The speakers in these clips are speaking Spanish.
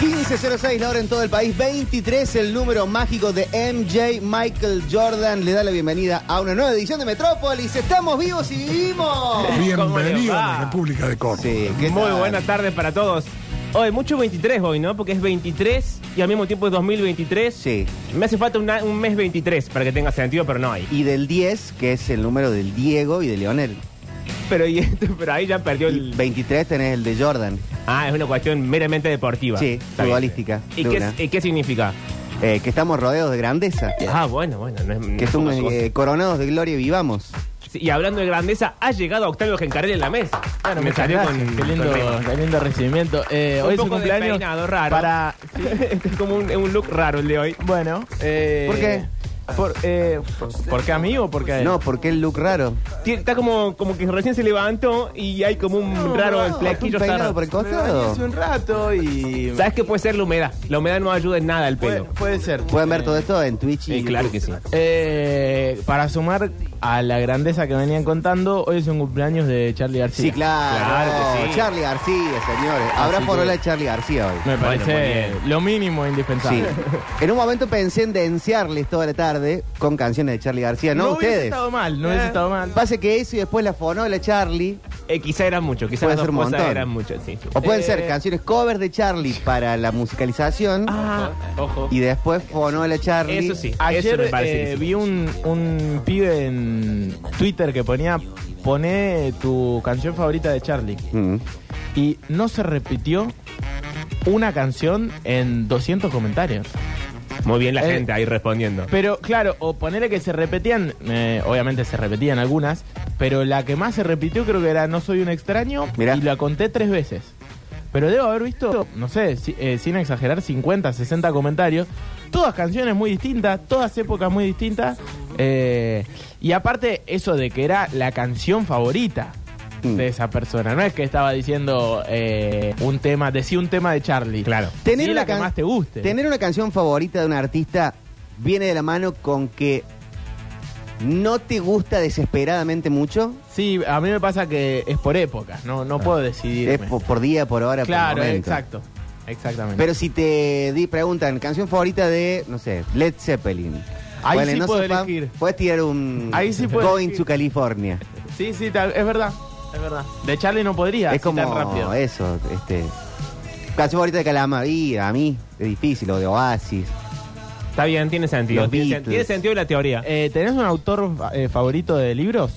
13.06 la hora en todo el país, 23 el número mágico de MJ Michael Jordan. Le da la bienvenida a una nueva edición de Metrópolis. Estamos vivos y vivimos. Bienvenido a va? la República de Córdoba. Sí, ¿qué Muy tal? buenas tardes para todos. Hoy, mucho 23 hoy, ¿no? Porque es 23 y al mismo tiempo es 2023. Sí. Me hace falta una- un mes 23 para que tenga sentido, pero no hay. Y del 10, que es el número del Diego y de Leonel. Pero, y- pero ahí ya perdió Y el... 23 tenés el de Jordan. Ah, es una cuestión meramente deportiva. Sí, Está bien. futbolística, ¿Y de qué, una. es- y qué significa? Eh, que estamos rodeados de grandeza. Ah, bueno, bueno. no es- Que somos no es- eh, coronados de gloria y vivamos. Sí, Y hablando de grandeza, ha llegado Octavio Gencarel en la mesa. Claro, me Muchas salió con, gracias. Qué con lindo, tema. qué lindo recibimiento. Eh, Un hoy es poco un cumpleaños despeinado, raro. para... es como un, un look raro el de hoy. Bueno, eh, ¿Por qué? Por, eh, por- ¿Por qué a mí o por Eh. qué a él? No, porque el look raro. Tiene- Está como, como que recién se levantó y hay como un raro el Ah, Un flequillo. está peinado raro. por el Me bañé hace costado. un rato y... ¿Sabes qué puede ser la humedad? La humedad no ayuda en nada al Puede, pelo. puede ser. Pueden ver Eh, todo esto en Twitch y Sí, claro que sí. eh, para sumar a la grandeza que venían contando, hoy es un cumpleaños de Charlie García. Sí, claro. Claro que sí. Charlie García, señores. Habrá Así porola que- de Charlie García hoy. Me Bueno, parece muy lo mínimo Sí. indispensable. En un momento pensé en denunciarles toda la tarde con canciones de Charlie García, no, hubiese ustedes. estado mal, no hubiese estado mal. Pase que eso y después la fonola Charlie. Eh, quizá eran mucho, quizá Puede las ser dos un cosas montón. eran mucho, sí. sí. O pueden Eh. ser canciones covers de Charlie para la musicalización Ah, ojo. y después fonola Charlie. Eso sí. Eso Ayer me parece eh, que sí. vi un, un pibe en Twitter que ponía Poné tu canción favorita de Charlie. Mm. Y no se repitió una canción en 200 comentarios. Muy bien la Eh, gente ahí respondiendo. Pero claro, o ponele que se repetían, eh, obviamente se repetían algunas, pero la que más se repitió creo que era No soy un extraño Mirá. y la conté tres veces. Pero debo haber visto, no sé, si- eh, sin exagerar, 50, 60 comentarios, todas canciones muy distintas, todas épocas muy distintas, eh, y aparte eso de que era la canción favorita Mm. de esa persona, no es que estaba diciendo eh, un tema, decía un tema de Charlie. Claro. Tener Tener la una que can- más te guste. Tener una canción favorita de un artista viene de la mano con que no te gusta desesperadamente mucho. Sí, a mí me pasa que es por épocas, no, no puedo decidir. Es po- por día, Ah. por hora, por claro, momento. exacto. Exactamente. Pero si te di, preguntan, canción favorita de, no sé, Led Zeppelin. Ahí Ponele, sí puedo sepa, elegir. Puedes tirar un Ahí sí puedo Going to elegir. California. sí, sí, ta- es verdad. Es verdad. De Charlie no podría. es así como tan rápido. eso, este. Canción favorita de Calama, y a mí, es difícil, o de Oasis. Está bien, tiene sentido. Los Tiene, sen- Beatles. tiene sentido la teoría. Eh, ¿Tenés un autor fa- eh, favorito de libros?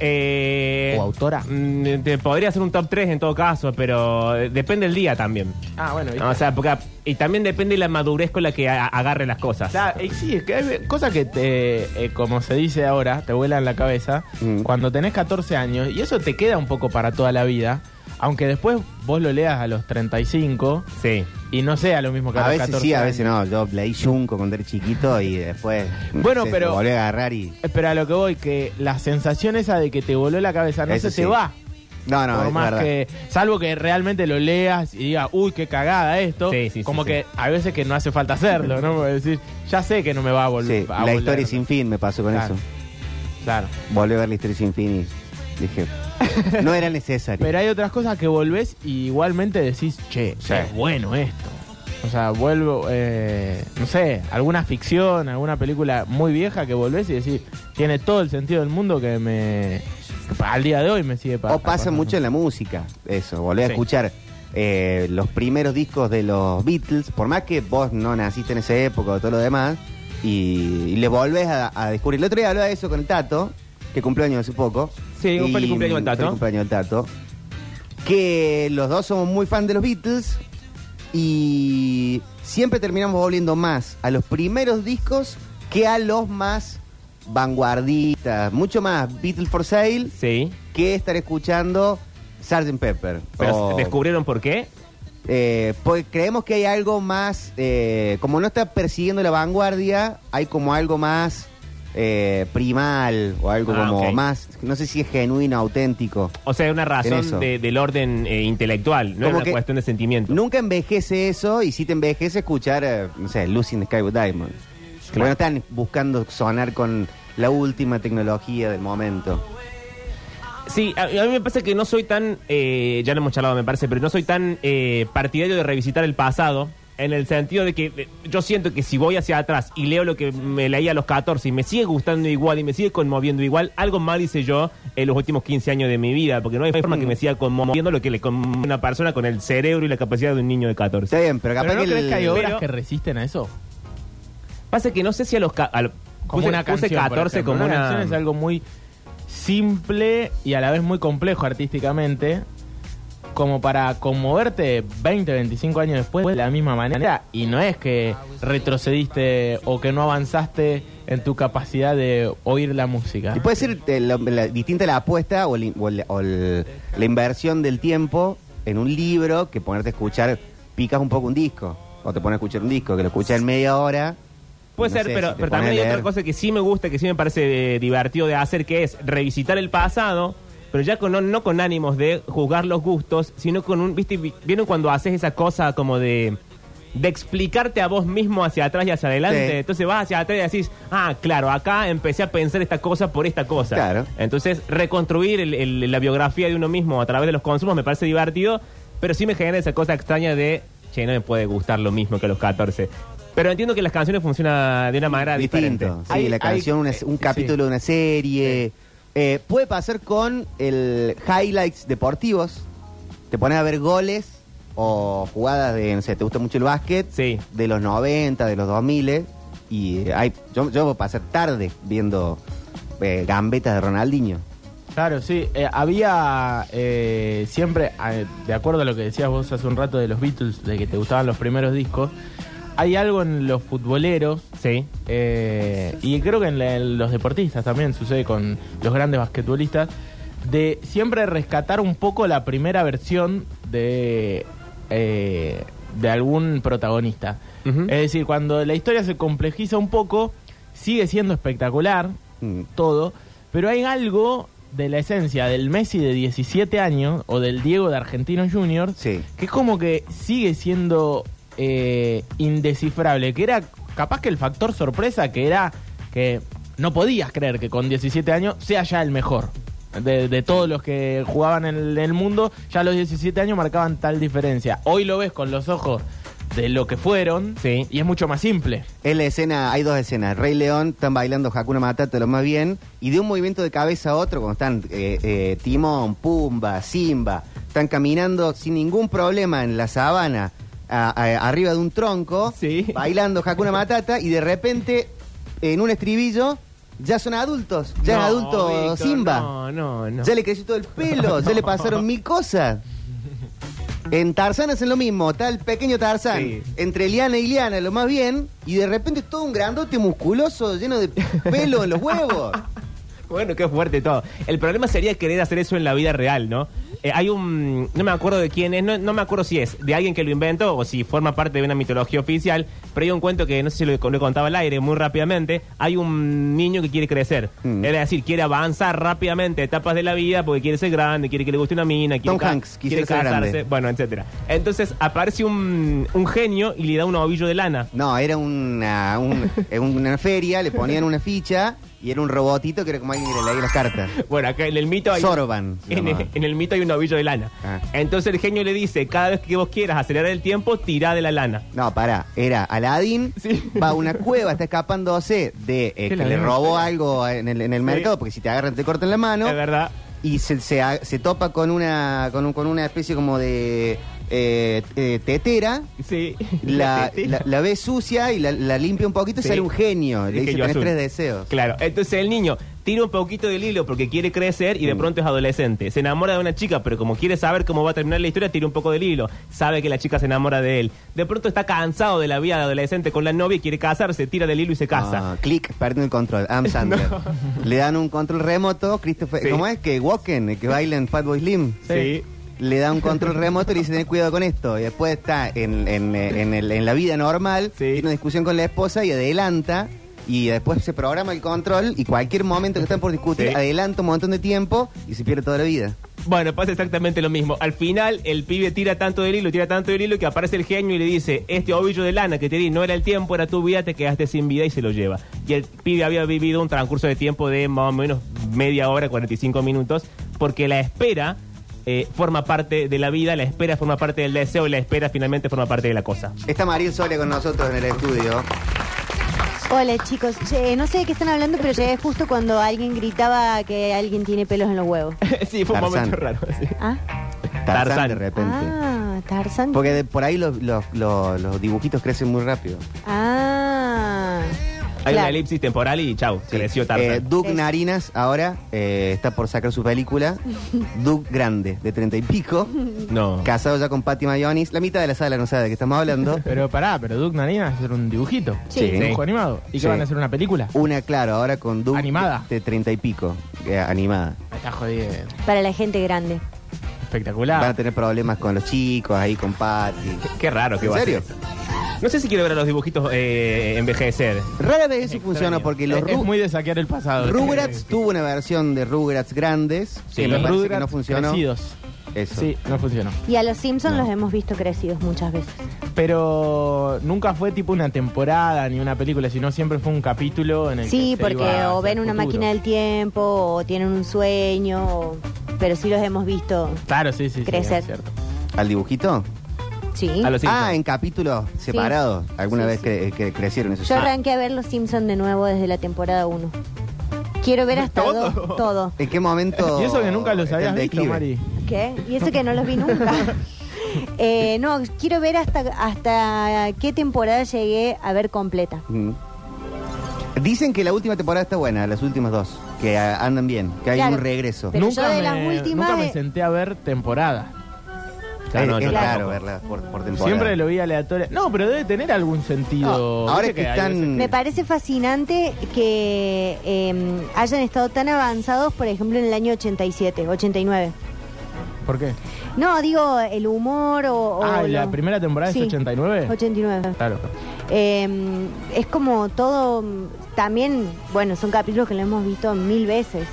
Eh, ¿O autora? mm, te podría ser un top 3 en todo caso, pero eh, depende el día también. Ah, bueno. O sea, porque- y también depende la madurez con la que a- agarre las cosas. sí, es que hay cosas que te, eh, como se dice ahora, te vuelan la cabeza Mm. cuando tenés 14 años y eso te queda un poco para toda la vida, aunque después vos lo leas a los 35 Sí. y no sea lo mismo que a, A los veces 14 sí, a años. veces no. Yo leí Junco cuando era chiquito y después. Bueno, se- pero- lo Volví a agarrar y. Eh, Pero a lo que voy, que la sensación esa de que te voló la cabeza no Eso se te sí. va. No, no, por es más verdad. que, salvo que realmente lo leas y digas, uy, qué cagada esto. Sí, sí, sí, como sí. que a veces que no hace falta hacerlo, ¿no? Porque decir, ya sé que no me va a volver. Sí, la historia sin fin me pasó con Claro. eso. Claro. Volví a ver la historia sin fin y dije. No era necesario. Pero hay otras cosas que volvés y igualmente decís, che, Sí. es bueno esto. O sea, vuelvo, eh, no sé, alguna ficción, alguna película muy vieja que volvés y decís, tiene todo el sentido del mundo que me. que pa- al día de hoy me sigue pa- O pasa pasando. mucho en la música, eso, volver a Sí. escuchar eh, los primeros discos de los Beatles, por más que vos no naciste en esa época o todo lo demás, y, y le volvés a, a descubrir. El otro día hablaba de eso con el Tato, que cumplió años hace poco. Sí, un Y, feliz cumpleaños al Tato. feliz cumpleaños al Tato. Que los dos somos muy fan de los Beatles y siempre terminamos volviendo más a los primeros discos que a los más vanguardistas, mucho más Beatles for Sale Sí. que estar escuchando Sgt. Pepper. Pero O, descubrieron por qué. eh, pues creemos que hay algo más, eh, como no está persiguiendo la vanguardia, hay como algo más eh, primal o algo Ah, como ok. más, no sé si es genuino, auténtico. O sea, una En razón eso. de- del orden eh, intelectual, no Como es una que cuestión de sentimiento. Nunca envejece eso y si te envejece escuchar, eh, no sé, Lucy in the Sky with Diamonds. Que Claro. no están buscando sonar con la última tecnología del momento. Sí, a, a mí me parece que no soy tan, eh, ya lo hemos charlado me parece, pero no soy tan eh, partidario de revisitar el pasado, en el sentido de que eh, yo siento que si voy hacia atrás y leo lo que me leí a los 14 y me sigue gustando igual y me sigue conmoviendo igual, algo mal hice yo en los últimos 15 años de mi vida, porque no hay forma que me siga conmoviendo lo que le conmueve a una persona con el cerebro y la capacidad de un niño de 14. Está bien, pero capaz ¿Pero no que, crees el- que hay obras Pero- que resisten a eso? Pasa que no sé si a los... ca- a lo- Como puse- una puse canción, por 14 ejemplo. como una... canción es algo muy simple y a la vez muy complejo artísticamente, como para conmoverte 20, 25 años después de la misma manera. Y no es que retrocediste o que no avanzaste en tu capacidad de oír la música. Y puede ser eh, la- la- distinta la apuesta o, el- o el- o el- la inversión del tiempo en un libro que ponerte a escuchar, picas un poco un disco. O te pones a escuchar un disco, que lo escuchas en media hora. Puede No ser, sé, pero, si te pero pones a también hay leer. otra cosa que sí me gusta, que sí me parece eh, divertido de hacer, que es revisitar el pasado, pero ya con, no, no con ánimos de juzgar los gustos, sino con un, viste, vi- vieron cuando haces esa cosa como de, de explicarte a vos mismo hacia atrás y hacia adelante, Sí. entonces vas hacia atrás y decís, ah, claro, acá empecé a pensar esta cosa por esta cosa. Claro. Entonces, reconstruir el- el- la biografía de uno mismo a través de los consumos me parece divertido, pero sí me genera esa cosa extraña de, che, no me puede gustar lo mismo que a los 14. Pero entiendo que las canciones funcionan de una manera diferente. Distinto. Sí, Hay- la hay- canción, una- eh, un sí. capítulo de una serie. Eh, puede pasar con el highlights deportivos. Te pones a ver goles o jugadas de, no sé, te gusta mucho el básquet. Sí. De los 90, de los 2000. Y eh, hay, yo, yo puedo pasar tarde viendo eh, gambetas de Ronaldinho. Claro, sí. eh, había eh, siempre, eh, de acuerdo a lo que decías vos hace un rato de los Beatles, de que te gustaban los primeros discos, hay algo en los futboleros Sí. Eh, y creo que en, la- en los deportistas también sucede con los grandes basquetbolistas, de siempre rescatar un poco la primera versión de, eh, de algún protagonista. Ujú. Es decir, cuando la historia se complejiza un poco, sigue siendo espectacular Mm. todo, pero hay algo de la esencia del Messi de 17 años o del Diego de Argentino Junior Sí. que es como que sigue siendo eh, indescifrable, que era capaz que el factor sorpresa, que era que no podías creer que con 17 años sea ya el mejor. De, de todos los que jugaban en el, en el mundo, ya a los 17 años marcaban tal diferencia. Hoy lo ves con los ojos de lo que fueron Sí. y es mucho más simple. Es la escena, hay dos escenas. Rey León, están bailando Hakuna Matata, lo más bien. Y de un movimiento de cabeza a otro, cuando están eh, eh, Timón, Pumba, Simba, están caminando sin ningún problema en la sabana, a- a- arriba de un tronco, Sí. bailando Hakuna Matata, y de repente, en un estribillo, ya son adultos. Ya No, es adulto Víctor, Simba. No, no, no. Ya le creció todo el pelo, ya le pasaron mil cosas. En Tarzán hacen lo mismo, está el pequeño Tarzán, Sí. entre Liana y Liana, lo más bien, y de repente es todo un grandote musculoso, lleno de pelo en los huevos. Bueno, qué fuerte todo. El problema sería querer hacer eso en la vida real, ¿no? Eh, hay un. No me acuerdo de quién es, no, no me acuerdo si es de alguien que lo inventó o si forma parte de una mitología oficial, pero hay un cuento que no sé si lo, lo he contado al aire muy rápidamente. Hay un niño que quiere crecer. Mm. Es decir, quiere avanzar rápidamente etapas de la vida porque quiere ser grande, quiere que le guste una mina, quiere, Tom ca- Hanks, quiere quisiera ser grande. casarse, bueno, etcétera. Entonces aparece un, un genio y le da un ovillo de lana. No, era una, un- eh, una feria, le ponían una ficha y era un robotito que era como alguien que le leía las cartas. Bueno, acá en el mito hay. Sorban. se En, llamaba. en el mito hay un ovillo de lana. Ah. Entonces el genio le dice, cada vez que vos quieras acelerar el tiempo, tirá de la lana. No, pará, era Aladdin, Sí. va a una cueva, está escapándose de eh, que la le gran robó algo en el, en el Sí. mercado, porque si te agarran te cortan la mano. Es verdad. y se, se, a- se topa con una con, un- con una especie como de eh, eh, tetera Sí. la, Sí. la- la ve sucia y la, la limpia un poquito y Sí. sale un genio El le dice genio tenés azul". tres deseos Claro. Entonces el niño tira un poquito del hilo porque quiere crecer y de Mm. pronto es adolescente. Se enamora de una chica, pero como quiere saber cómo va a terminar la historia, tira un poco del hilo. Sabe que la chica se enamora de él. De pronto está cansado de la vida de adolescente con la novia y quiere casarse, tira del hilo y se casa. Ah, clic perdiendo el control Am Sandler le dan un control remoto Christopher Sí. ¿cómo es? que Walken el que baila en Fatboy Slim Sí. le da un control remoto y le dice ten cuidado con esto y después está en, en, eh, en el- en la vida normal Sí. tiene una discusión con la esposa y adelanta y después se programa el control y cualquier momento que están por discutir Sí. adelanta un montón de tiempo y se pierde toda la vida Bueno, pasa exactamente lo mismo. Al final, el pibe tira tanto del hilo, tira tanto del hilo, que aparece el genio y le dice, este ovillo de lana que te di no era el tiempo, era tu vida, te quedaste sin vida y se lo lleva. Y el pibe había vivido un transcurso de tiempo de más o menos media hora, 45 minutos, porque la espera eh, forma parte de la vida, la espera forma parte del deseo y la espera finalmente forma parte de la cosa. Está Mariel Sole con nosotros en el estudio. Hola chicos, Che, no sé de qué están hablando, pero llegué justo cuando alguien gritaba que alguien tiene pelos en los huevos. sí, fue un Tarzán. momento raro. sí. Ah, Tarzán, Tarzán. de repente. ah Tarzan. Porque de- por ahí los, los- los- los dibujitos crecen muy rápido. Ah, Hay una claro. elipsis temporal y chau, Sí. creció tarde. Eh, Duke Narinas ahora eh, está por sacar su película. Duke Grande, de treinta y pico. no. Casado ya con Patty Mayonis. La mitad de la sala no sabe de qué estamos hablando. Pero pará, pero Duke Nanina es hacer un dibujito. Sí. Un dibujo Sí. animado. ¿Y Sí. qué van a hacer una película? Una, claro, ahora con Duke Animada. de treinta y pico. eh, animada. Me está jodido. para la gente grande. Van a Espectacular. tener problemas con los chicos, ahí con Patty. Qué raro que ¿En va a serio? ser eso. No sé si quiero ver a los dibujitos eh, envejecer. Rara vez eso funciona Extraño. porque los es, es Ru- muy de saquear el pasado. este, Rugrats tuvo una versión de Rugrats grandes. que Sí, me los parece Rugrats que no funcionó. crecidos. Eso. Sí, no funcionó. Y a los Simpsons No. los hemos visto crecidos muchas veces. Pero nunca fue tipo una temporada ni una película, sino siempre fue un capítulo en el Sí, que se porque iba o hacia ven el una futuro. máquina del tiempo o tienen un sueño, o- pero sí los hemos visto. Claro, sí, sí, sí, crecer. es cierto. ¿Al dibujito? Sí. A los Simpsons. Ah, en capítulos separados. Alguna Sí, vez sí. cre- que crecieron esos. Yo Ah. arranqué a ver los Simpsons de nuevo desde la temporada 1. Quiero ver hasta ¿Todo? dos- todo. ¿En qué momento? Y eso que nunca los está el habías visto, declive? Mari. ¿Qué? Y eso que no los vi nunca. Eh, no, quiero ver hasta, hasta qué temporada llegué a ver completa. Mm. Dicen que la última temporada está buena, las últimas dos, que ah, andan bien, que hay Claro. un regreso. Pero nunca yo de me, las últimas nunca de- me senté a ver temporada. es no, Ah, es yo raro tampoco. verla por, por temporada. Siempre lo vi aleatorio. No, pero debe tener algún sentido. No, ahora Viste es que hay veces- están. Me parece fascinante que eh, hayan estado tan avanzados, por ejemplo, en el año 87, 89. ¿Por qué? No, digo, el humor o... o ah, la lo- primera temporada Sí. es 89. 89. Claro. Eh, es como todo, mm, también, bueno, son capítulos que lo hemos visto mil veces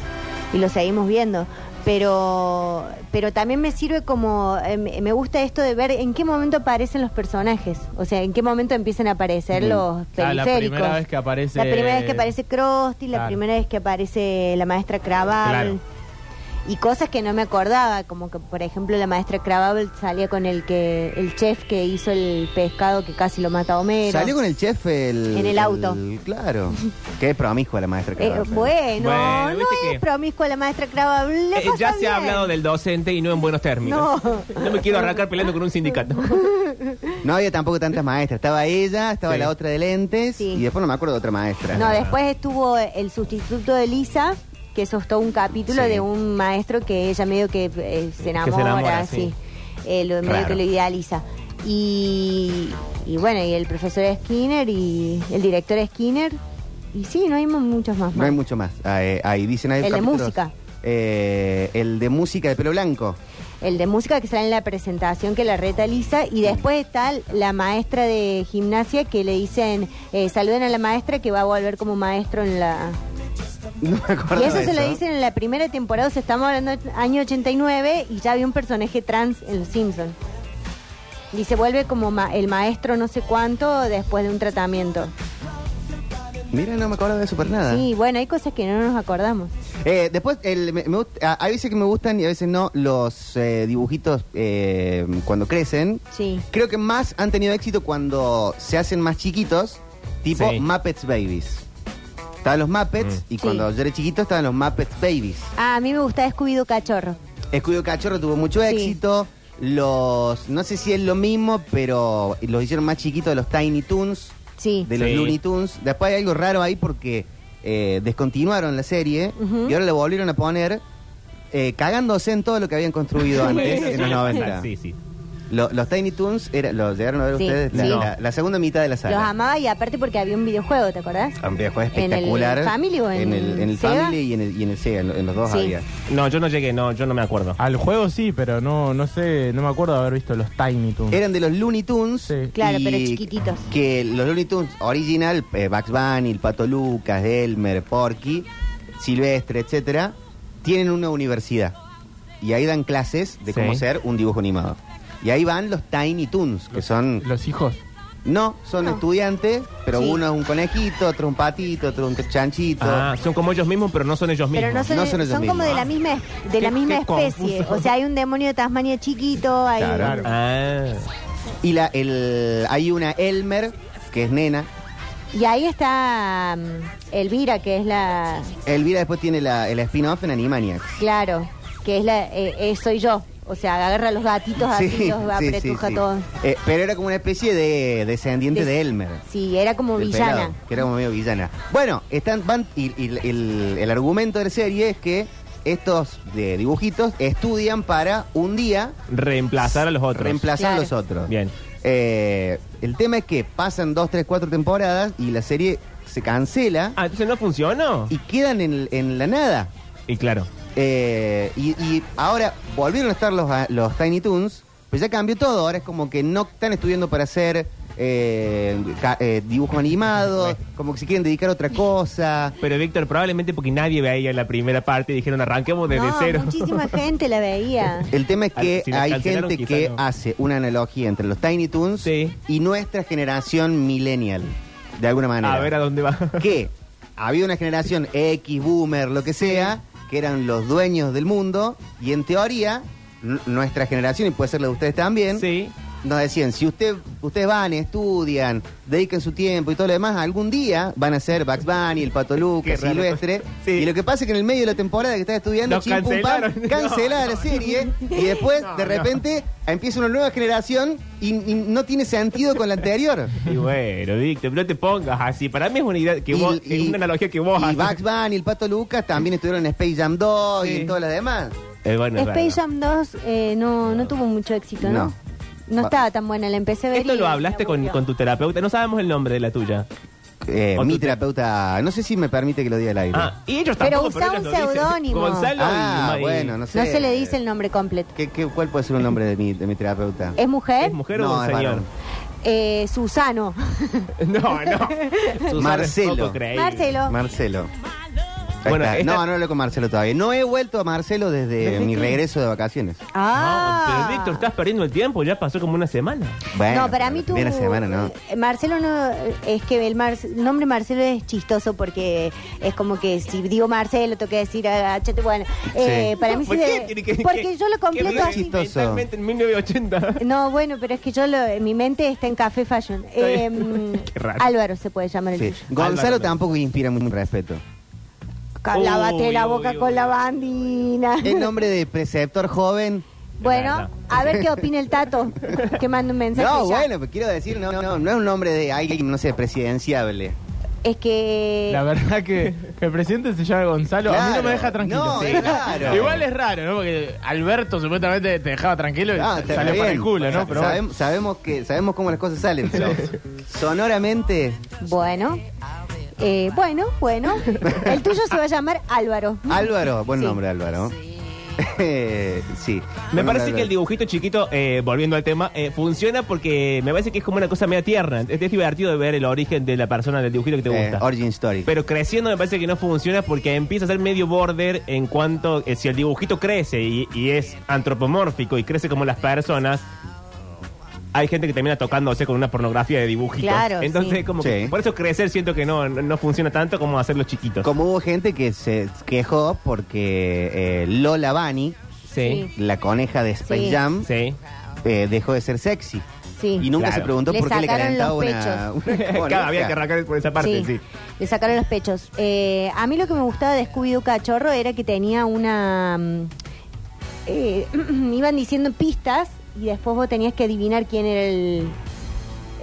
y lo seguimos viendo, pero, pero también me sirve como, eh, me me gusta esto de ver en qué momento aparecen los personajes, o sea, en qué momento empiezan a aparecer Mm. los Claro, Ah, la periféricos. primera vez que aparece. La primera vez que aparece Krusty, la Claro. primera vez que aparece la maestra Crabable. Claro. Y cosas que no me acordaba, como que por ejemplo la maestra Crabable salía con el que el chef que hizo el pescado que casi lo mata a Homero. Salió con el chef el. En el auto. claro. Qué promiscua la maestra que Eh, va a hacer. bueno, Bueno, no ¿viste es qué? promiscua la maestra Crabable. le Eh, pasa ya se ha bien. hablado del docente y no en buenos términos. No. me quiero arrancar peleando con un sindicato. No había tampoco tantas maestras. Estaba ella, estaba Sí. la otra de lentes Sí. y después no me acuerdo de otra maestra. No, después estuvo el sustituto de Lisa, que sostó un capítulo Sí. de un maestro que ella medio que eh, se enamora, enamora, sí. sí. Eh, lo, medio Raro. que lo idealiza. Y, y bueno, y el profesor Skinner y el director Skinner. Y sí, no hay mu- muchos más. No hay mucho más. Ah, eh, ahí dicen ahí El de capítulos. música. Eh, el de música de pelo blanco. El de música que sale en la presentación que la reta Lisa. Y después está la maestra de gimnasia que le dicen, eh, saluden a la maestra que va a volver como maestro en la, No me acuerdo. Y eso de se lo dicen en la primera temporada, o sea, estamos hablando del año 89 y ya había un personaje trans en Los Simpsons. Y se vuelve como ma- el maestro no sé cuánto después de un tratamiento. Mira, no me acuerdo de eso para nada. Sí, bueno, hay cosas que no nos acordamos. Eh, después, el- me- me gust- a, a veces que me gustan y a veces no los eh, dibujitos eh, cuando crecen. Sí. Creo que más han tenido éxito cuando se hacen más chiquitos, tipo Sí. Muppets Babies. Estaban los Muppets y cuando yo era chiquito estaban los Muppets Babies. Ah, a mí me gusta Scooby-Doo Cachorro. Escudo Cachorro tuvo mucho Sí. éxito. Los, no sé si es lo mismo, pero los hicieron más chiquitos de los Tiny Toons, Sí. de los Sí. Looney Tunes. Después hay algo raro ahí porque eh, descontinuaron la serie Ujú. y ahora le volvieron a poner eh, cagándose en todo lo que habían construido antes, en los 90. Ah, Sí, sí. Lo- los Tiny Toons, era, ¿los llegaron a ver Sí, ustedes? La, sí. la- la segunda mitad de la Los saga. amaba y aparte porque había un videojuego, ¿te acordás? Un videojuego ¿En el espectacular. Family o en el, el Sega? Family y en el, y en el Sega, en, lo- en los dos Sí. había. No, yo no llegué, no, yo no me acuerdo. Ah. Al juego sí, pero no, no sé, no me acuerdo de haber visto los Tiny Toons. Eran de los Looney Tunes. Sí. Claro, y pero chiquititos. Que los Looney Tunes original, eh, Bugs Bunny, el Pato Lucas, Elmer, Porky, Silvestre, etcétera, tienen una universidad. y ahí dan clases de Sí. cómo ser un dibujo animado. Y ahí van los Tiny Toons, que son... Los hijos. No, son No. estudiantes, pero Sí. uno es un conejito, otro un patito, otro un chanchito. Ah, son como ellos mismos, pero no son ellos mismos. Pero no son, No son ellos son como mismos. de la misma, de la Qué- misma qué especie. confuso. O sea, hay un demonio de Tasmania chiquito, hay Claro. Ah. Y la, el, hay una Elmer, que es nena. Y ahí está mm, Elvira, que es la. Elvira después tiene la, el spin-off en Animaniacs. Claro, que es la. eh, eh, soy yo. O sea, agarra a los gatitos así, los apretuja sí. todos. Eh, pero era como una especie de descendiente De- de Elmer. Sí, era como del villana. pelado, que era como medio villana. Bueno, están, van, y, y el, el argumento de la serie es que estos de dibujitos estudian para un día Reemplazar a los otros. reemplazar a Claro. los otros. Bien. Eh, el tema es que pasan dos, tres, cuatro temporadas y la serie se cancela Ah, entonces no funcionó. y quedan en, en la nada. Y claro. Eh, y, y ahora volvieron a estar los, los Tiny Toons, pues ya cambió todo. Ahora es como que no están estudiando para hacer eh, ca- eh, dibujos animados, como que se quieren dedicar a otra cosa. Pero Víctor, probablemente porque nadie veía la primera parte, dijeron arranquemos desde no, cero. muchísima gente la veía. El tema es Ah, que si las hay cancelaron, gente quizá que no. hace una analogía entre los Tiny Toons Sí. y nuestra generación millennial, de alguna manera. a ver a dónde va. que había una generación X, boomer, lo que sea, que eran los dueños del mundo, y en teoría, n- nuestra generación, y puede ser la de ustedes también, Sí. nos decían, si usted, ustedes van, estudian, dedican su tiempo y todo lo demás, algún día van a ser Bugs Bunny, el Pato Lucas, Qué raro. Silvestre. Sí. Y lo que pasa es que en el medio de la temporada que estás estudiando, Los chim, pum, pam, cancelaron. cancela No, la no. serie y después, No, de no. repente, empieza una nueva generación y, y no tiene sentido con la anterior. Y bueno, Víctor, no te pongas así. Para mí es una idea que vos, es una analogía que vos y haces. Bugs Bunny, el Pato Lucas también estuvieron en Space Jam 2 y Sí. en todas las demás. Eh, bueno, es Space verdad. Jam 2 eh, no, no tuvo mucho éxito, ¿no? No. No, Va- estaba tan buena, la empecé a ver. Esto y lo me hablaste con, aburrió. con tu terapeuta. No sabemos el nombre de la tuya. Eh, O mi tú te- terapeuta, no sé si me permite que lo diga al aire. Ah, y ellos Pero tampoco. usa un ellos lo dicen. seudónimo. Gonzalo y- Ah, y- bueno, no sé. No se le dice el nombre completo. ¿Qué, qué- cuál puede ser el nombre de mi, de mi terapeuta? ¿Es mujer? ¿Es mujer No, o un es señor? varón. Eh, Susano. No, no. Susana, Marcelo. es poco creíble. Marcelo. Marcelo. Ahí Bueno, está. esta- No, no hablo con Marcelo todavía. No he vuelto a Marcelo desde, mi regreso de vacaciones. No, Ah. pero Víctor, estás perdiendo el tiempo. Ya pasó como una semana. Bueno, no, para mí tú. bien la semana, ¿no? eh, Marcelo no. Es que el Mar- nombre Marcelo es chistoso porque es como que si digo Marcelo, tengo que decir agachate. Bueno, eh, Sí. para mí ¿Por sí. qué de- tiene que- porque que- yo lo que vive completo así. chistoso. mentalmente en 1980. No, bueno, pero es que yo lo, mi mente está en Café Fashion. Está Em, bien. Qué raro. Álvaro se puede llamar el Sí. tuyo. Gonzalo Álvaro, no. tampoco inspira mucho respeto. Ca- Lávate Uy, la uy, boca uy, con la uy. bandina. Eh, El nombre de preceptor joven. Bueno, a ver qué opina el Tato, que manda un mensaje. No, ya. bueno, pero quiero decir, no, no, no es un nombre de alguien, no sé, presidenciable. Es que... La verdad que, que el presidente se llama Gonzalo. a mí Claro. no me deja tranquilo. No, Sí. claro. Igual es raro, ¿no? Porque Alberto supuestamente te dejaba tranquilo y Ah, salió está para bien. el culo, Sa- ¿no? Pero bueno. sabem- sabemos que sabemos cómo las cosas salen. pero Sonoramente, Bueno, eh, bueno, bueno. El tuyo se va a llamar Álvaro. Álvaro, buen Sí. nombre Álvaro. Eh, sí. Me Buen parece nombre, que el Álvaro. dibujito chiquito, eh, volviendo al tema, eh, funciona porque me parece que es como una cosa media tierna. Es, es divertido de ver el origen de la persona del dibujito que te Eh, gusta. Origin Story. Pero creciendo me parece que no funciona porque empieza a ser medio border en cuanto eh, si el dibujito crece y, y es antropomórfico y crece como las personas. Hay gente que termina tocándose con una pornografía de dibujitos. Claro, Entonces, sí. como que Sí. por eso crecer siento que no, no, no funciona tanto como hacerlo chiquitos. Como hubo gente que se quejó porque eh, Lola Bunny, Sí. la coneja de Space Sí. Jam, Sí. eh, dejó de ser sexy. Sí. Y nunca Claro. se preguntó Le por qué le sacaron calentaba los una, una Cada había que arrancar por esa parte, sí. Le sacaron los pechos. Eh, a mí lo que me gustaba de Scooby-Doo Cachorro era que tenía una... mm, eh, iban diciendo pistas y después vos tenías que adivinar quién era el,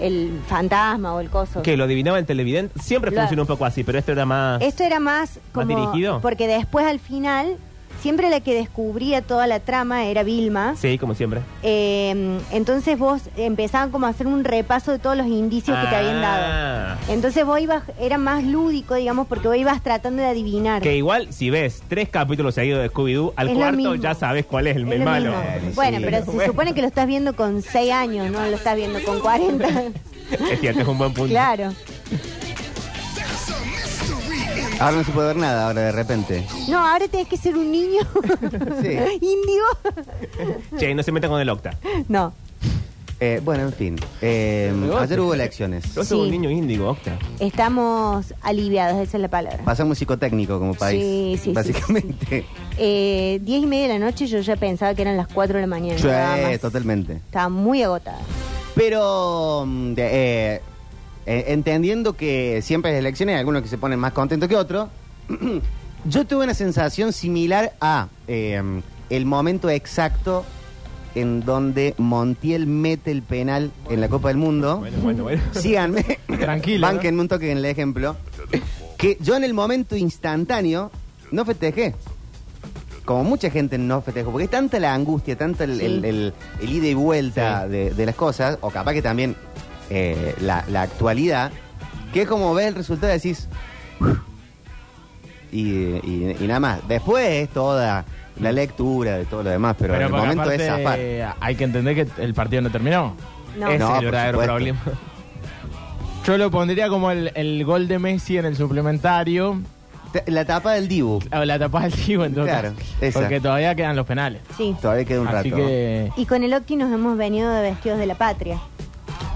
el fantasma o el coso. Que lo adivinaba el televidente. Siempre Claro. funcionó un poco así, pero esto era más. Esto era más como... dirigido? Porque después al final, siempre la que descubría toda la trama era Vilma. Sí, como siempre. Eh, entonces vos empezaban como a hacer un repaso de todos los indicios que te habían dado. Ah. Entonces vos ibas, era más lúdico, digamos, porque vos ibas tratando de adivinar. Que igual, si ves tres capítulos seguidos de Scooby-Doo, al Es lo cuarto mismo. ya sabes cuál es el, Es el lo malo. mismo. Sí, Bueno, pero sí. se supone que lo estás viendo con 6 años, no lo estás viendo con 40. Es cierto, es un buen punto. claro. There's a mystery in Ahora no se puede ver nada, ahora de repente. No, ahora tenés que ser un niño Sí. indio. Che, no se metan con el octa. no. Eh, bueno, en fin. Eh, Rebote. ayer hubo elecciones. No Sí. soy un niño índigo, octa. Estamos aliviados, esa es la palabra. Pasamos psicotécnico como país. Sí, sí, sí, Básicamente. Eh, diez y media de la noche yo ya pensaba que eran las 4 de la mañana. Sí, nada más. totalmente. Estaba muy agotada. Pero mm, de- eh, eh, entendiendo que siempre hay elecciones, hay algunos que se ponen más contentos que otros, yo tuve una sensación similar a eh, el momento exacto en donde Montiel mete el penal en la Copa del Mundo. Bueno, bueno, bueno. Síganme. Tranquilo, ¿no? Bánquenme un toque en el ejemplo. Que yo en el momento instantáneo no festejé. Como mucha gente no festejó. Porque es tanta la angustia, tanta el, Sí. el- el- el ida y vuelta Sí. de, de las cosas. O capaz que también eh, la, la actualidad. Que es como ves el resultado y decís. "Uf". Y, y- y nada más. Después toda la lectura de todo lo demás. Pero, en el porque momento es aparte, zafar. eh, hay que entender que el partido no terminó. No. Ese No, es por el verdadero supuesto. problema. Yo lo pondría como el, el gol de Messi en el suplementario. Te- La tapa del Dibu. o La tapada del Dibu, en todo Claro, caso. esa. Porque todavía quedan los penales. Sí. Todavía queda un Así rato. que. Y con el Octi nos hemos venido de vestidos de la patria.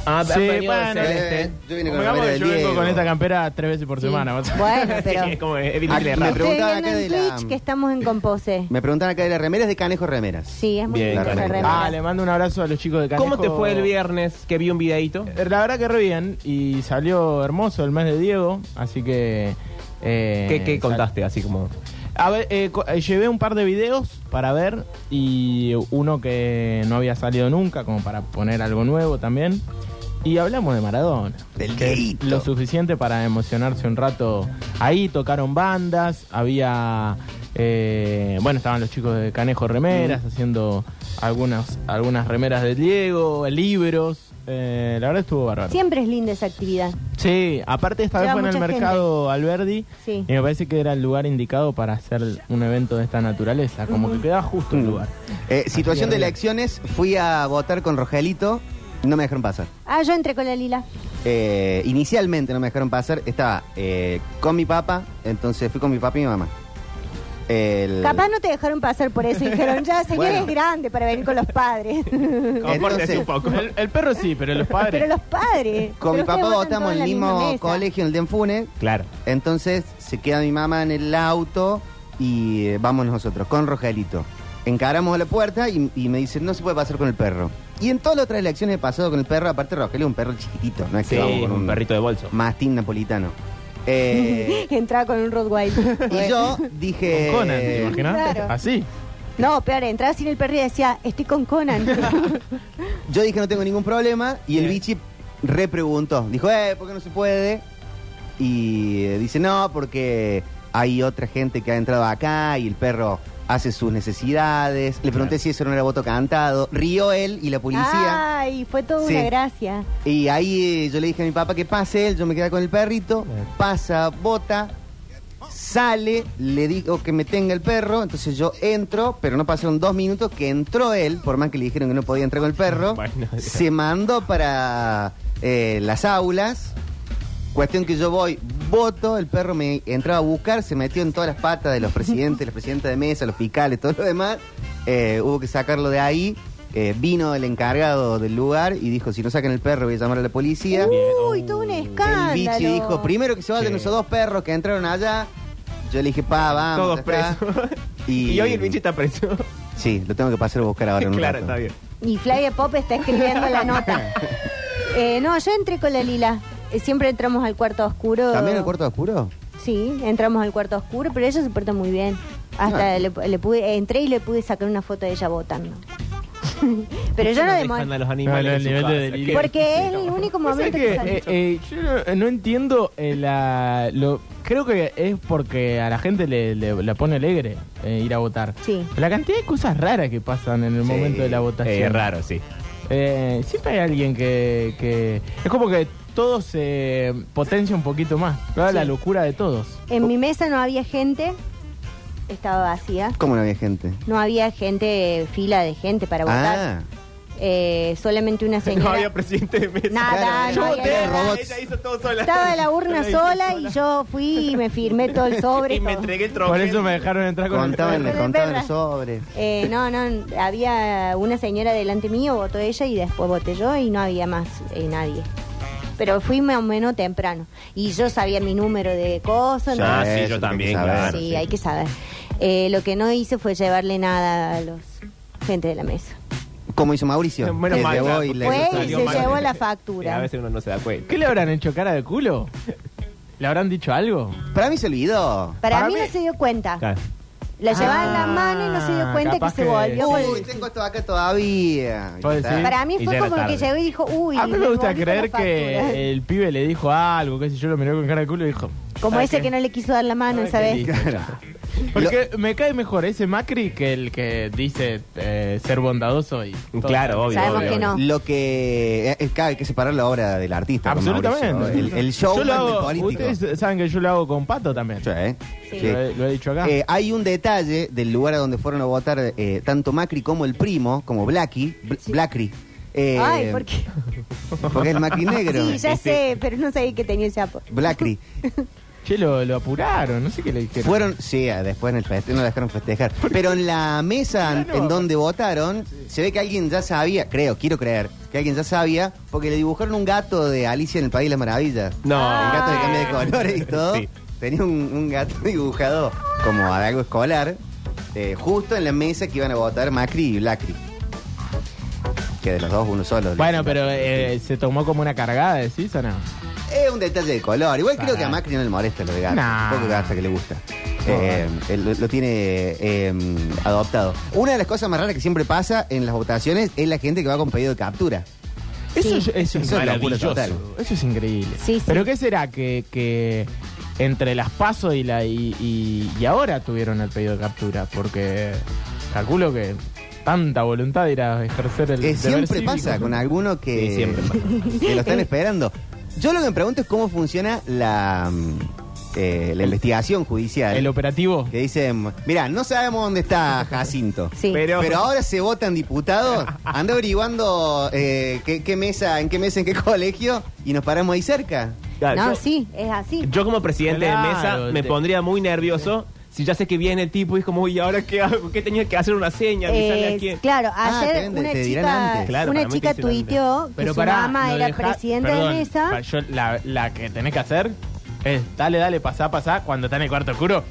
Ah, Sí, ha venido bueno, de celeste. Eh, yo vine con la Pongamos remera que del yo vengo Diego. con esta campera tres veces por Sí. semana. más o menos. Bueno, pero. Sí, es como es Aquí difícil Ah, me errar. pregunto- Estoy preguntaban viendo acá en de la- Twitch que estamos en Compose. Me preguntan acá de las remeras de Canejo Remeras. Sí, es muy Bien, lindo esa correcto. remera. Ah, le mando un abrazo a los chicos de Canejo. Eh, ¿Cómo te fue el viernes que vi un videíto? La verdad que re bien y salió hermoso el mes de Diego, así que... eh, ¿Qué, qué sal- contaste? Así como. A ver, eh, co- eh, llevé un par de videos para ver y uno que no había salido nunca, como para poner algo nuevo también. Y hablamos de Maradona. Del que es Dieguito. Lo suficiente para emocionarse un rato. Ahí tocaron bandas, había... eh, bueno, estaban los chicos de Canejo Remeras haciendo algunas, algunas remeras de Diego, libros. eh, la verdad estuvo bárbaro. Siempre es linda esa actividad. Sí, aparte esta vez Lleva fue en el mucha gente. mercado Alberdi Sí. y me parece que era el lugar indicado para hacer un evento de esta naturaleza, como que quedaba justo el lugar. Eh, situación de Así es. elecciones, fui a votar con Rogelito, no me dejaron pasar. Ah, yo entré con la lila. Eh, inicialmente no me dejaron pasar, estaba eh, con mi papá, entonces fui con mi papá y mi mamá. El- Capaz no te dejaron pasar por eso. y Dijeron, ya, señor, Bueno. es grande para venir con los padres. Compórtese Entonces, un poco. El, el perro sí, pero los padres... Pero los padres. Con mi pero ustedes papá votan votamos en todos el la misma mismo mesa. colegio, en el Denfune, Claro. entonces se queda mi mamá en el auto y eh, vamos nosotros, con Rogelito. Encaramos a la puerta y, y me dicen, no se puede pasar con el perro. Y en todas las otras elecciones he pasado con el perro, aparte Rogelio es un perro chiquitito, no es que Sí, vamos con un perrito de bolso. Mastín napolitano. Eh, Entraba con un Rottweiler. y yo dije. Con Conan, ¿te imaginas? Claro. Así. No, peor, entraba sin el perro y decía, estoy con Conan. Yo dije no tengo ningún problema. Y el Bien. bichi repreguntó. Dijo, eh, ¿por qué no se puede? Y eh, dice, no, porque hay otra gente que ha entrado acá y el perro hace sus necesidades. Le pregunté si eso no era voto cantado. Rió él y la Ah. policía. Ay, fue toda Sí. una gracia. Y ahí eh, yo le dije a mi papá que pase él, yo me quedé con el perrito, pasa, bota, sale, le digo que me tenga el perro, entonces yo entro, pero no pasaron dos minutos que entró él, por más que le dijeron que no podía entrar con el perro, Bueno. se mandó para eh, las aulas, cuestión que yo voy, voto, el perro me entraba a buscar, se metió en todas las patas de los presidentes, los presidentes de mesa, los fiscales, todo lo demás, eh, hubo que sacarlo de ahí. eh, vino el encargado del lugar y dijo, si no sacan el perro voy a llamar a la policía. Uy, todo un escándalo. El bichi dijo, primero que se vayan Sí. esos dos perros que entraron allá. Yo le dije, pa, vamos. Todos ya está. presos. Y- Y... hoy el bicho está preso. Sí, lo tengo que pasar a buscar ahora. en un claro, rato. está bien. Y Flavia Pop está escribiendo la nota. Eh, no, yo entré con la lila. Eh, Siempre entramos al cuarto oscuro. ¿También el cuarto oscuro? Sí, entramos al cuarto oscuro, pero ella se porta muy bien. Hasta Ah. le, le pude, entré y le pude sacar una foto de ella votando. pero yo no dejan a demostré. los animales. No, no, el en su nivel casa, de delirio. que- Porque es el único Vos sabés momento que, que, sale. eh, eh, yo no, no entiendo eh, la... Lo, creo que es porque a la gente le, le- la pone alegre eh, ir a votar. Sí. La cantidad de cosas raras que pasan en el Sí, momento de la eh, votación. Eh, raro, sí. Eh, siempre hay alguien que, que- Es como que todo se potencia un poquito más. ¿verdad? Sí. La locura de todos. En mi mesa no había gente, estaba vacía. ¿Cómo no había gente? No había gente, fila de gente para votar. Ah, eh, solamente una señora. No había presidente de mesa. Nada, Claro, Yo era Ah, no había voté, nada. robots. ella hizo todo sola. Estaba la urna Ella hizo sola y yo fui y me firmé todo el sobre. Y me todo. entregué el troquel. Por eso me dejaron entrar con el Contaban, Con el contaban perra. los sobres. Eh, no, no, había una señora delante mío, votó ella y después voté yo y no había más eh, nadie. Pero fui más o menos temprano. Y yo sabía mi número de cosas. Ya, Ah, ¿no? Eso sí, tiene yo que también, saber. claro. sí, sí. hay que saber. Eh, lo que no hice fue llevarle nada a los gente de la mesa. Como hizo Mauricio. Menos que mal, llevó claro, y le Fue y salió se mal. llevó la A factura. veces uno no se da cuenta. ¿Qué le habrán hecho cara de culo? ¿Le habrán dicho algo? Para mí se olvidó. Para, Para mí, mí- no se dio cuenta. Claro. La llevaba en la Ah, mano y no se dio cuenta que capaz se que- volvió. Uy, tengo esto acá todavía. Puede Está. ser. Para mí Y fue ya era como que tarde. llegó y dijo, uy. A mí me gusta volví con creer la factura. que el pibe le dijo algo, qué sé yo, lo miró con cara de culo y dijo... Como "¿Sabe ese qué? que no le quiso dar la mano ¿Sabe esa qué? vez. Listo, ya. Porque me cae mejor ese Macri que el que dice eh, ser bondadoso y... todo. Claro, obvio. Sabemos obvio, que obvio. no. Lo que. eh, eh, claro, hay que separar la obra del artista. con Absolutamente. Mauricio. El, el Yo show lo del hago- político. Ustedes saben que yo lo hago con Pato también. Sí, ¿eh? Sí. Sí. Lo, he, lo he dicho acá. Eh, hay un detalle del lugar a donde fueron a votar eh, tanto Macri como el primo, como Blacky, Bl- Sí. Blackry. Eh, Ay, ¿por qué? Porque es el Macri negro. Sí, ya sé, pero no sabía que tenía ese apo. Blackry. che, lo, lo apuraron, no sé qué le dijeron. Fueron, sí, ah, después en el festejo, no la dejaron festejar. Pero en la mesa en- en donde votaron, se ve que alguien ya sabía, creo, quiero creer, que alguien ya sabía, porque le dibujaron un gato de Alicia en el País de las Maravillas. No. El gato que Ah. cambia de colores y todo. Sí. Tenía un, un gato dibujado como de algo escolar, eh, justo en la mesa que iban a votar Macri y Blacri. Que de los dos, uno solo. Bueno, pero eh, se tomó como una cargada, ¿decís o no? Es un detalle de color. Igual creo Pará. que a Macri no le molesta lo de gato. Nah. Poco gasta que le gusta. Eh, él lo, lo tiene eh, adoptado. Una de las cosas más raras que siempre pasa en las votaciones es la gente que va con pedido de captura. Eso, Sí. yo- eso es Eso es locura maravilloso. total. Eso es increíble. Sí, sí. ¿Pero qué será? Que, que entre las pasos y la y, y- y ahora tuvieron el pedido de captura. Porque calculo que tanta voluntad de ir a ejercer el Eh, deber siempre cívico. pasa con alguno que, Sí, siempre pasa. que lo están esperando. Yo lo que me pregunto es cómo funciona la, mm, eh, la investigación judicial. El operativo. Que dicen, mira, no sabemos dónde está Jacinto. Sí. Pero- Pero, ahora se votan diputados, anda averiguando eh, qué, qué mesa, en qué mesa, en qué colegio, y nos paramos ahí cerca. Claro, no, yo- sí, es así. Yo como presidente Claro, de mesa me te- pondría muy nervioso si ya sé que viene el tipo y es como, uy, ¿ahora qué hago? ¿Qué tenía que hacer una seña? avisarle a Eh, quién? claro, Ah, te ayer venden, una te dirán chica, antes. Claro, una para mí te chica dicen antes. tuiteó que Pero su pará, mamá no era deja- presidenta perdón, de mesa. pa- yo- la, la que tenés que hacer es dale, dale, pasá, pasá. Cuando está en el cuarto oscuro,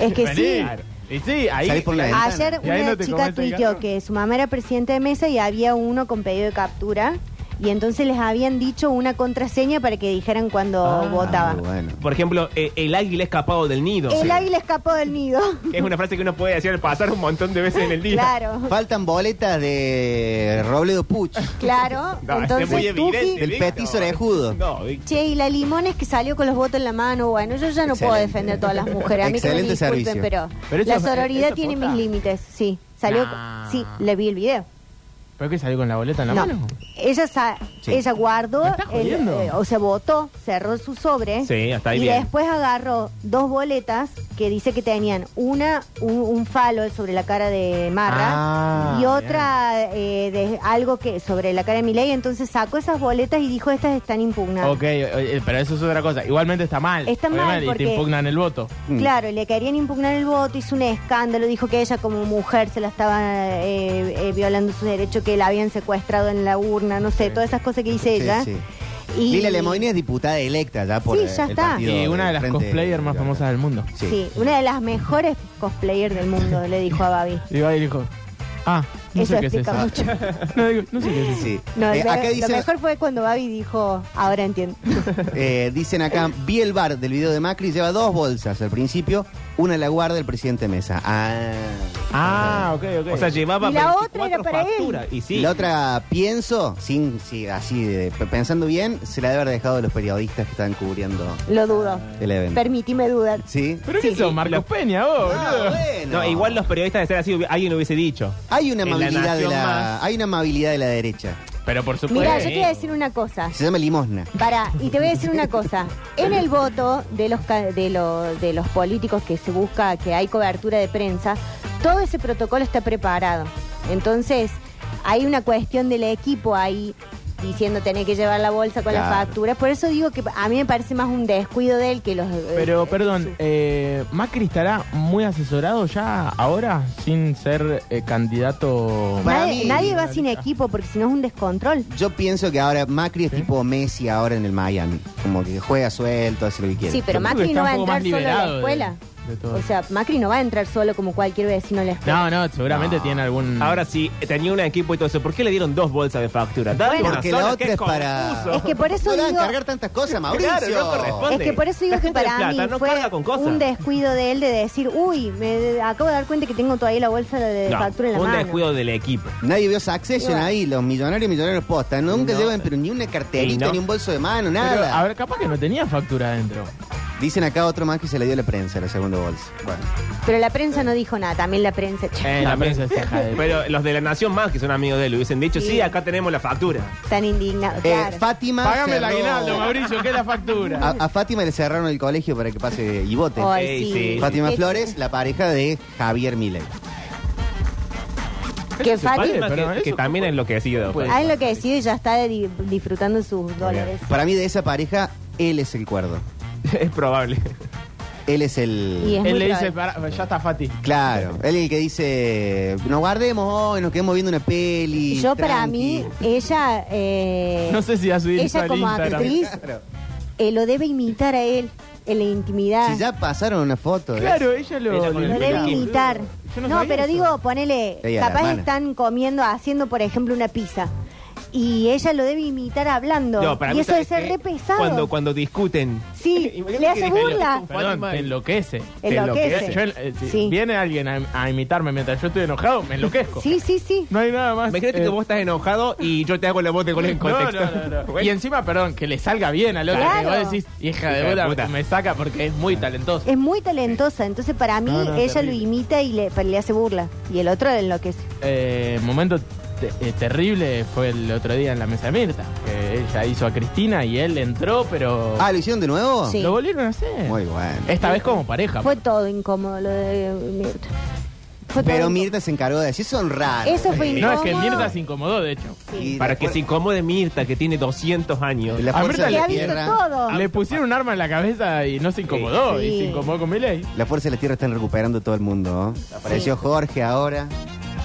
Es que vení. sí. Y sí, ahí. Salís por la ventana. Ayer Y ahí una no te chica comés el tuiteó gato. que su mamá era presidenta de mesa y había uno con pedido de captura. Y entonces les habían dicho una contraseña para que dijeran cuando Ah, Ah, votaba. muy bueno. Por ejemplo, eh, el águila escapado del nido. El Sí. águila escapó del nido. Es una frase que uno puede decir al pasar un montón de veces en el día. claro, Faltan boletas de Robledo Puch. claro. No, este entonces, es muy Tuki- evidente. Del Víctor. petiso orejudo. No, Víctor. Che, y la Limones que salió con los votos en la mano, bueno, yo ya no puedo Excelente. defender todas las mujeres. A mí que me Excelente disculpen, servicio. pero, Pero eso la es- sororidad eso tiene posta. mis límites, sí. Salió, Nah. sí, le vi el video. ¿Pero qué salió con la boleta en la No, mano? ella, sa- Sí. ella guardó, ¿Me estás el- jodiendo? eh, o sea, votó, cerró su sobre Sí, hasta ahí y bien. después agarró dos boletas que dice que tenían una, un, un falo sobre la cara de Marra Ah, y otra eh, de algo que sobre la cara de Milei, entonces sacó esas boletas y dijo, estas están impugnadas. Ok, eh, pero eso es otra cosa. Igualmente está mal. Está mal Obviamente, Y porque- te impugnan el voto. Mm. Claro, le querían impugnar el voto, hizo un escándalo, dijo que ella como mujer se la estaba eh, eh, violando su derecho, que la habían secuestrado en la urna, no sé, todas esas cosas que dice Sí, ella. sí. Y- Lila Lemoyne es diputada electa ya por Sí, eh, ya el está. partido Y una de las Frente cosplayers más famosas del mundo. Sí. Sí, una de las mejores cosplayers del mundo, le dijo a Babi. Y va y dijo, ah, no Eso sé qué es eso. explica mucho. No, digo, no sé qué es eso. Sí. No, Eh, pero acá Lo dicen, mejor fue cuando Babi dijo, ahora entiendo. eh, dicen acá, vi el bar del video de Macri, lleva dos bolsas al principio, una la guarda el presidente Mesa. Ah. Ah, ok, ok. O sea, llevaba Y la otra 24 era para él. facturas. Y sí. La otra, pienso, sin, sí, así, de- pensando bien, se la debe haber dejado de los periodistas que estaban cubriendo Lo dudo. el evento. Permitime dudar. ¿Sí? ¿Pero Sí. qué son, Marcos Lo- Peña, vos, Ah, boludo? bueno. No, igual los periodistas de ser así, hubi- alguien lo hubiese dicho. Hay una En la amabilidad de Nación la, más. hay una amabilidad de la derecha. Pero por supuesto. Mira, yo te voy a decir una cosa. Se llama limosna. Para, y te voy a decir una cosa. En el voto de los, ca- de, lo- de los políticos que se busca, que hay cobertura de prensa, todo ese protocolo está preparado. Entonces, hay una cuestión del equipo ahí diciendo tener que llevar la bolsa con las Claro. facturas. Por eso digo que a mí me parece más un descuido de él que los... eh, Pero, eh, su- perdón, eh, ¿Macri estará muy asesorado ya ahora sin ser eh, candidato? Para Nadie, mí- nadie va sin equipo porque si no es un descontrol. Yo pienso que ahora Macri es tipo Messi ahora en el Miami. Como que juega suelto, hace lo que quiere. Sí, pero Yo creo que Macri está no va a un poco más entrar solo a la liberado de- escuela. de todo. O sea, Macri no va a entrar solo como cualquier vecino a la escuela. No, no, seguramente tiene Mm. algún... Ahora sí, tenía un equipo y todo eso. ¿Por qué le dieron dos bolsas de factura? Dale Bueno. una Porque sola, la que otra es para. confuso. Es que por eso no le digo- van a cargar tantas cosas, Mauricio. Claro, no corresponde. Es que por eso digo La que gente de para plata mí no fue carga con cosas. un descuido de él de decir, uy, me acabo de dar cuenta que tengo todavía la bolsa de No, factura en la un mano. descuido del equipo. Nadie vio Succession Igual. ahí, los millonarios y millonarios posta. Nunca No. llevan pero ni una carterita, Y no. ni un bolso de mano, Pero, nada. a ver, capaz que no tenía factura adentro. Dicen acá otro más que se le dio la prensa la segunda bolsa. Oh, Bueno. Pero la prensa no dijo nada, también la prensa. che, Eh, la prensa se deja de- Pero los de la Nación más, que son amigos de él, hubiesen dicho, sí, Sí. acá tenemos la factura. Tan indignado. Eh, claro. Fátima. Págame el cerró- aguinaldo, Mauricio, que es la factura. a, a Fátima le cerraron el colegio para que pase y vote. Ay, Ey, sí. sí. Fátima Qué- Flores, la pareja de Javier Milei. Que Se parece, Fátima. pero que, eso- que también es lo que decía. puede Ah, es lo que decide y ya está di- disfrutando sus dólares. Para mí de esa pareja, él es el cuerdo. Es probable. Él es el... Y es muy Él le dice, probable. "Pará, ya está Fati. Claro, él es el que dice, nos guardemos hoy, nos quedemos viendo una peli. Yo para tranqui". mí, ella... eh, No sé si va a subir eso Ella al como Instagram. actriz Claro. eh, lo debe imitar a él en la intimidad. Si ya pasaron una foto. de Claro, ella lo... Ella con lo el Lo imita. debe Claro. imitar. Yo No, sabía pero eso. digo, ponele, Ella, la capaz hermana. están comiendo, haciendo, por ejemplo, una pizza. Y ella lo debe imitar hablando. No, para y mí, eso debe ¿sabes ser qué? re pesado. Cuando, cuando discuten. Sí, Imagínate le que hace diga, burla. Perdón, te enloquece. te enloquece. Enloquece. Yo, eh, si Sí. Viene alguien a, a imitarme mientras yo estoy enojado, me enloquezco. Sí, sí, sí. No hay nada más. Imagínate eh, que vos estás enojado y yo te hago la voz de gol en No, no, contexto. no, no. Bueno. Y encima, perdón, que le salga bien al otro. Claro. Que vos decís, hija Hija de de bola, puta. me saca porque es muy talentoso. Es muy talentosa, entonces para mí No, no, ella terrible. lo imita y le, pero le hace burla. Y el otro en lo que es. Eh, momento te- eh, terrible fue el otro día en la mesa de Mirta. que ella hizo a Cristina y él entró, pero. Ah, ¿lo hicieron de nuevo? Sí. Lo volvieron a hacer. Muy bueno. Esta vez como pareja. Fue todo incómodo lo de Mirta. Fue todo Pero incómodo. Mirta se encargó de decir, son raros. Eso fue no, es que incómodo. Mirta se incomodó, de hecho. Y Para la que fuer- se incomode Mirta, que tiene 200 años. La A fuerza Mirta de Que la ha visto tierra. todo. Le pusieron un arma en la cabeza y no se incomodó. Ah. Sí. Y se incomodó con Miley. La fuerza de la tierra están recuperando todo el mundo. ¿no? Apareció Jorge ahora.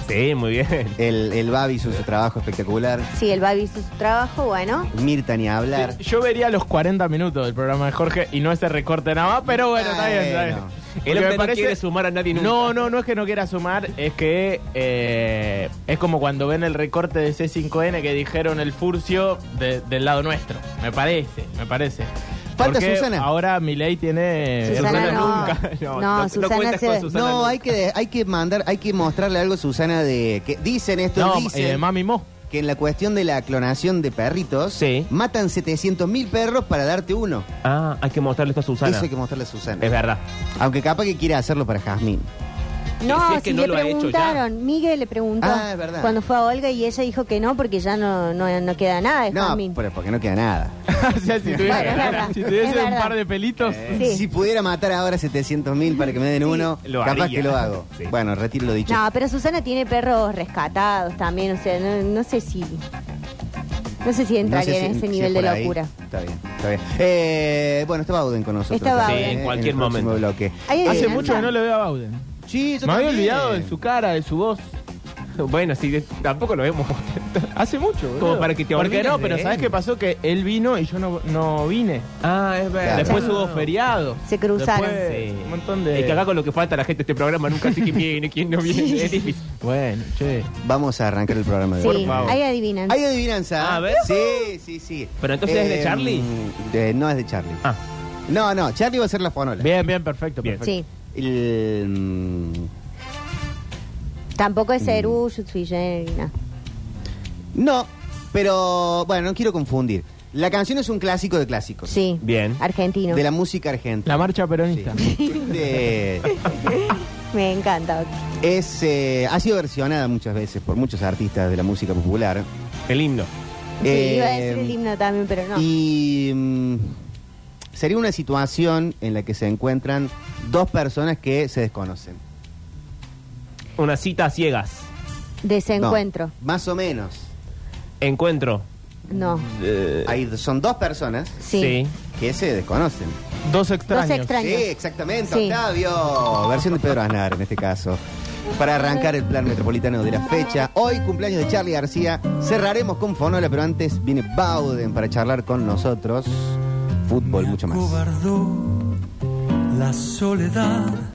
Sí, muy bien. El, el Babi hizo su trabajo espectacular. Sí, el Babi hizo su trabajo, bueno. Mirta ni hablar. Yo vería los 40 minutos del programa de Jorge y no ese recorte nada más, pero bueno, está bien, está bien. Bueno. Porque El hombre me no parece- quiere sumar a nadie nunca. No, no, no es que no quiera sumar, es que eh, es como cuando ven el recorte de C5N que dijeron el furcio de- del lado nuestro. Me parece, me parece. Falta Porque Susana. Ahora Milei tiene. Susana no. No, No, Susana cuentas se- con Susana no, nunca. hay que, de- hay que mandar, hay que mostrarle algo a Susana de que dicen esto, No, dicen eh, Mami Mo. que en la cuestión de la clonación de perritos, Sí. matan 700.000 perros para darte uno. Ah, hay que mostrarle esto a Susana. Eso hay que mostrarle a Susana. Es verdad. Aunque capaz que quiera hacerlo para Jazmín. No, si si, es que no le lo ha hecho ya. preguntaron, Miguel le preguntó Ah, es verdad. cuando fue a Olga y ella dijo que no porque ya no, no, no queda nada de No, pues, Jazmín. pero porque no queda nada. o sea, si tuviese, Bueno, es verdad, si tuviese es un verdad. par de pelitos. Sí. Si pudiera matar ahora 700.000 para que me den uno, lo capaz haría. que lo hago. Sí. Bueno, retiro lo dicho. No, pero Susana tiene perros rescatados también, o sea, no, no sé si... No sé si No entraría sé si- en si ese nivel de por ahí. locura. Está bien, está bien. Eh, bueno, estaba Bauden con nosotros. eh, Está Bauden. Sí, en el cualquier próximo momento. bloque. Hay Hace adivinanza. mucho que no lo veo a Bauden. Sí, yo Me había también. olvidado de su cara, de su voz. Bueno, sí, de- tampoco lo vemos. Hace mucho, boludo. Como para que te Porque olvides no, de pero él. ¿sabes qué pasó? Que él vino y yo no, no vine. Ah, es Claro. Después Claro. hubo feriado. Se cruzaron. Después, Sí. Eh, Un montón de. Es que acá con lo que falta la gente de este programa nunca sé quién viene, quién no viene. Es difícil. Bueno, che. Vamos a arrancar el programa de hoy. Sí, favor. hay adivinanza. Hay adivinanza. Ah, ¿eh? A ver. Sí, sí, sí. Eh, Pero entonces, ¿es de Charlie? de- no es de Charlie. Ah. No, no, Charlie va a ser la fonola. Bien, bien, perfecto. Bien. perfecto. Sí, El, mm, tampoco es Eru, Sui Generis, nada. no, pero bueno, no quiero confundir. La canción es un clásico de clásicos. Sí, Bien. argentino. De la música argentina. La marcha peronista. De- Me encanta. es, eh, ha sido versionada muchas veces por muchos artistas de la música popular. El himno. Sí, Eh, iba a decir el himno también, pero no. Y mm, sería una situación en la que se encuentran dos personas que se desconocen. Una cita a ciegas. Desencuentro. No, más o menos. Encuentro. No. Eh, Hay, son dos personas Sí. que se desconocen. Dos extraños. Dos extraños. Sí, exactamente, Sí. Octavio. Versión de Pedro Aznar en este caso. Para arrancar el plan metropolitano de la fecha, hoy cumpleaños de Charlie García, cerraremos con Fonola, pero antes viene Bauden para charlar con nosotros. Fútbol, mucho más. Cobardó la soledad.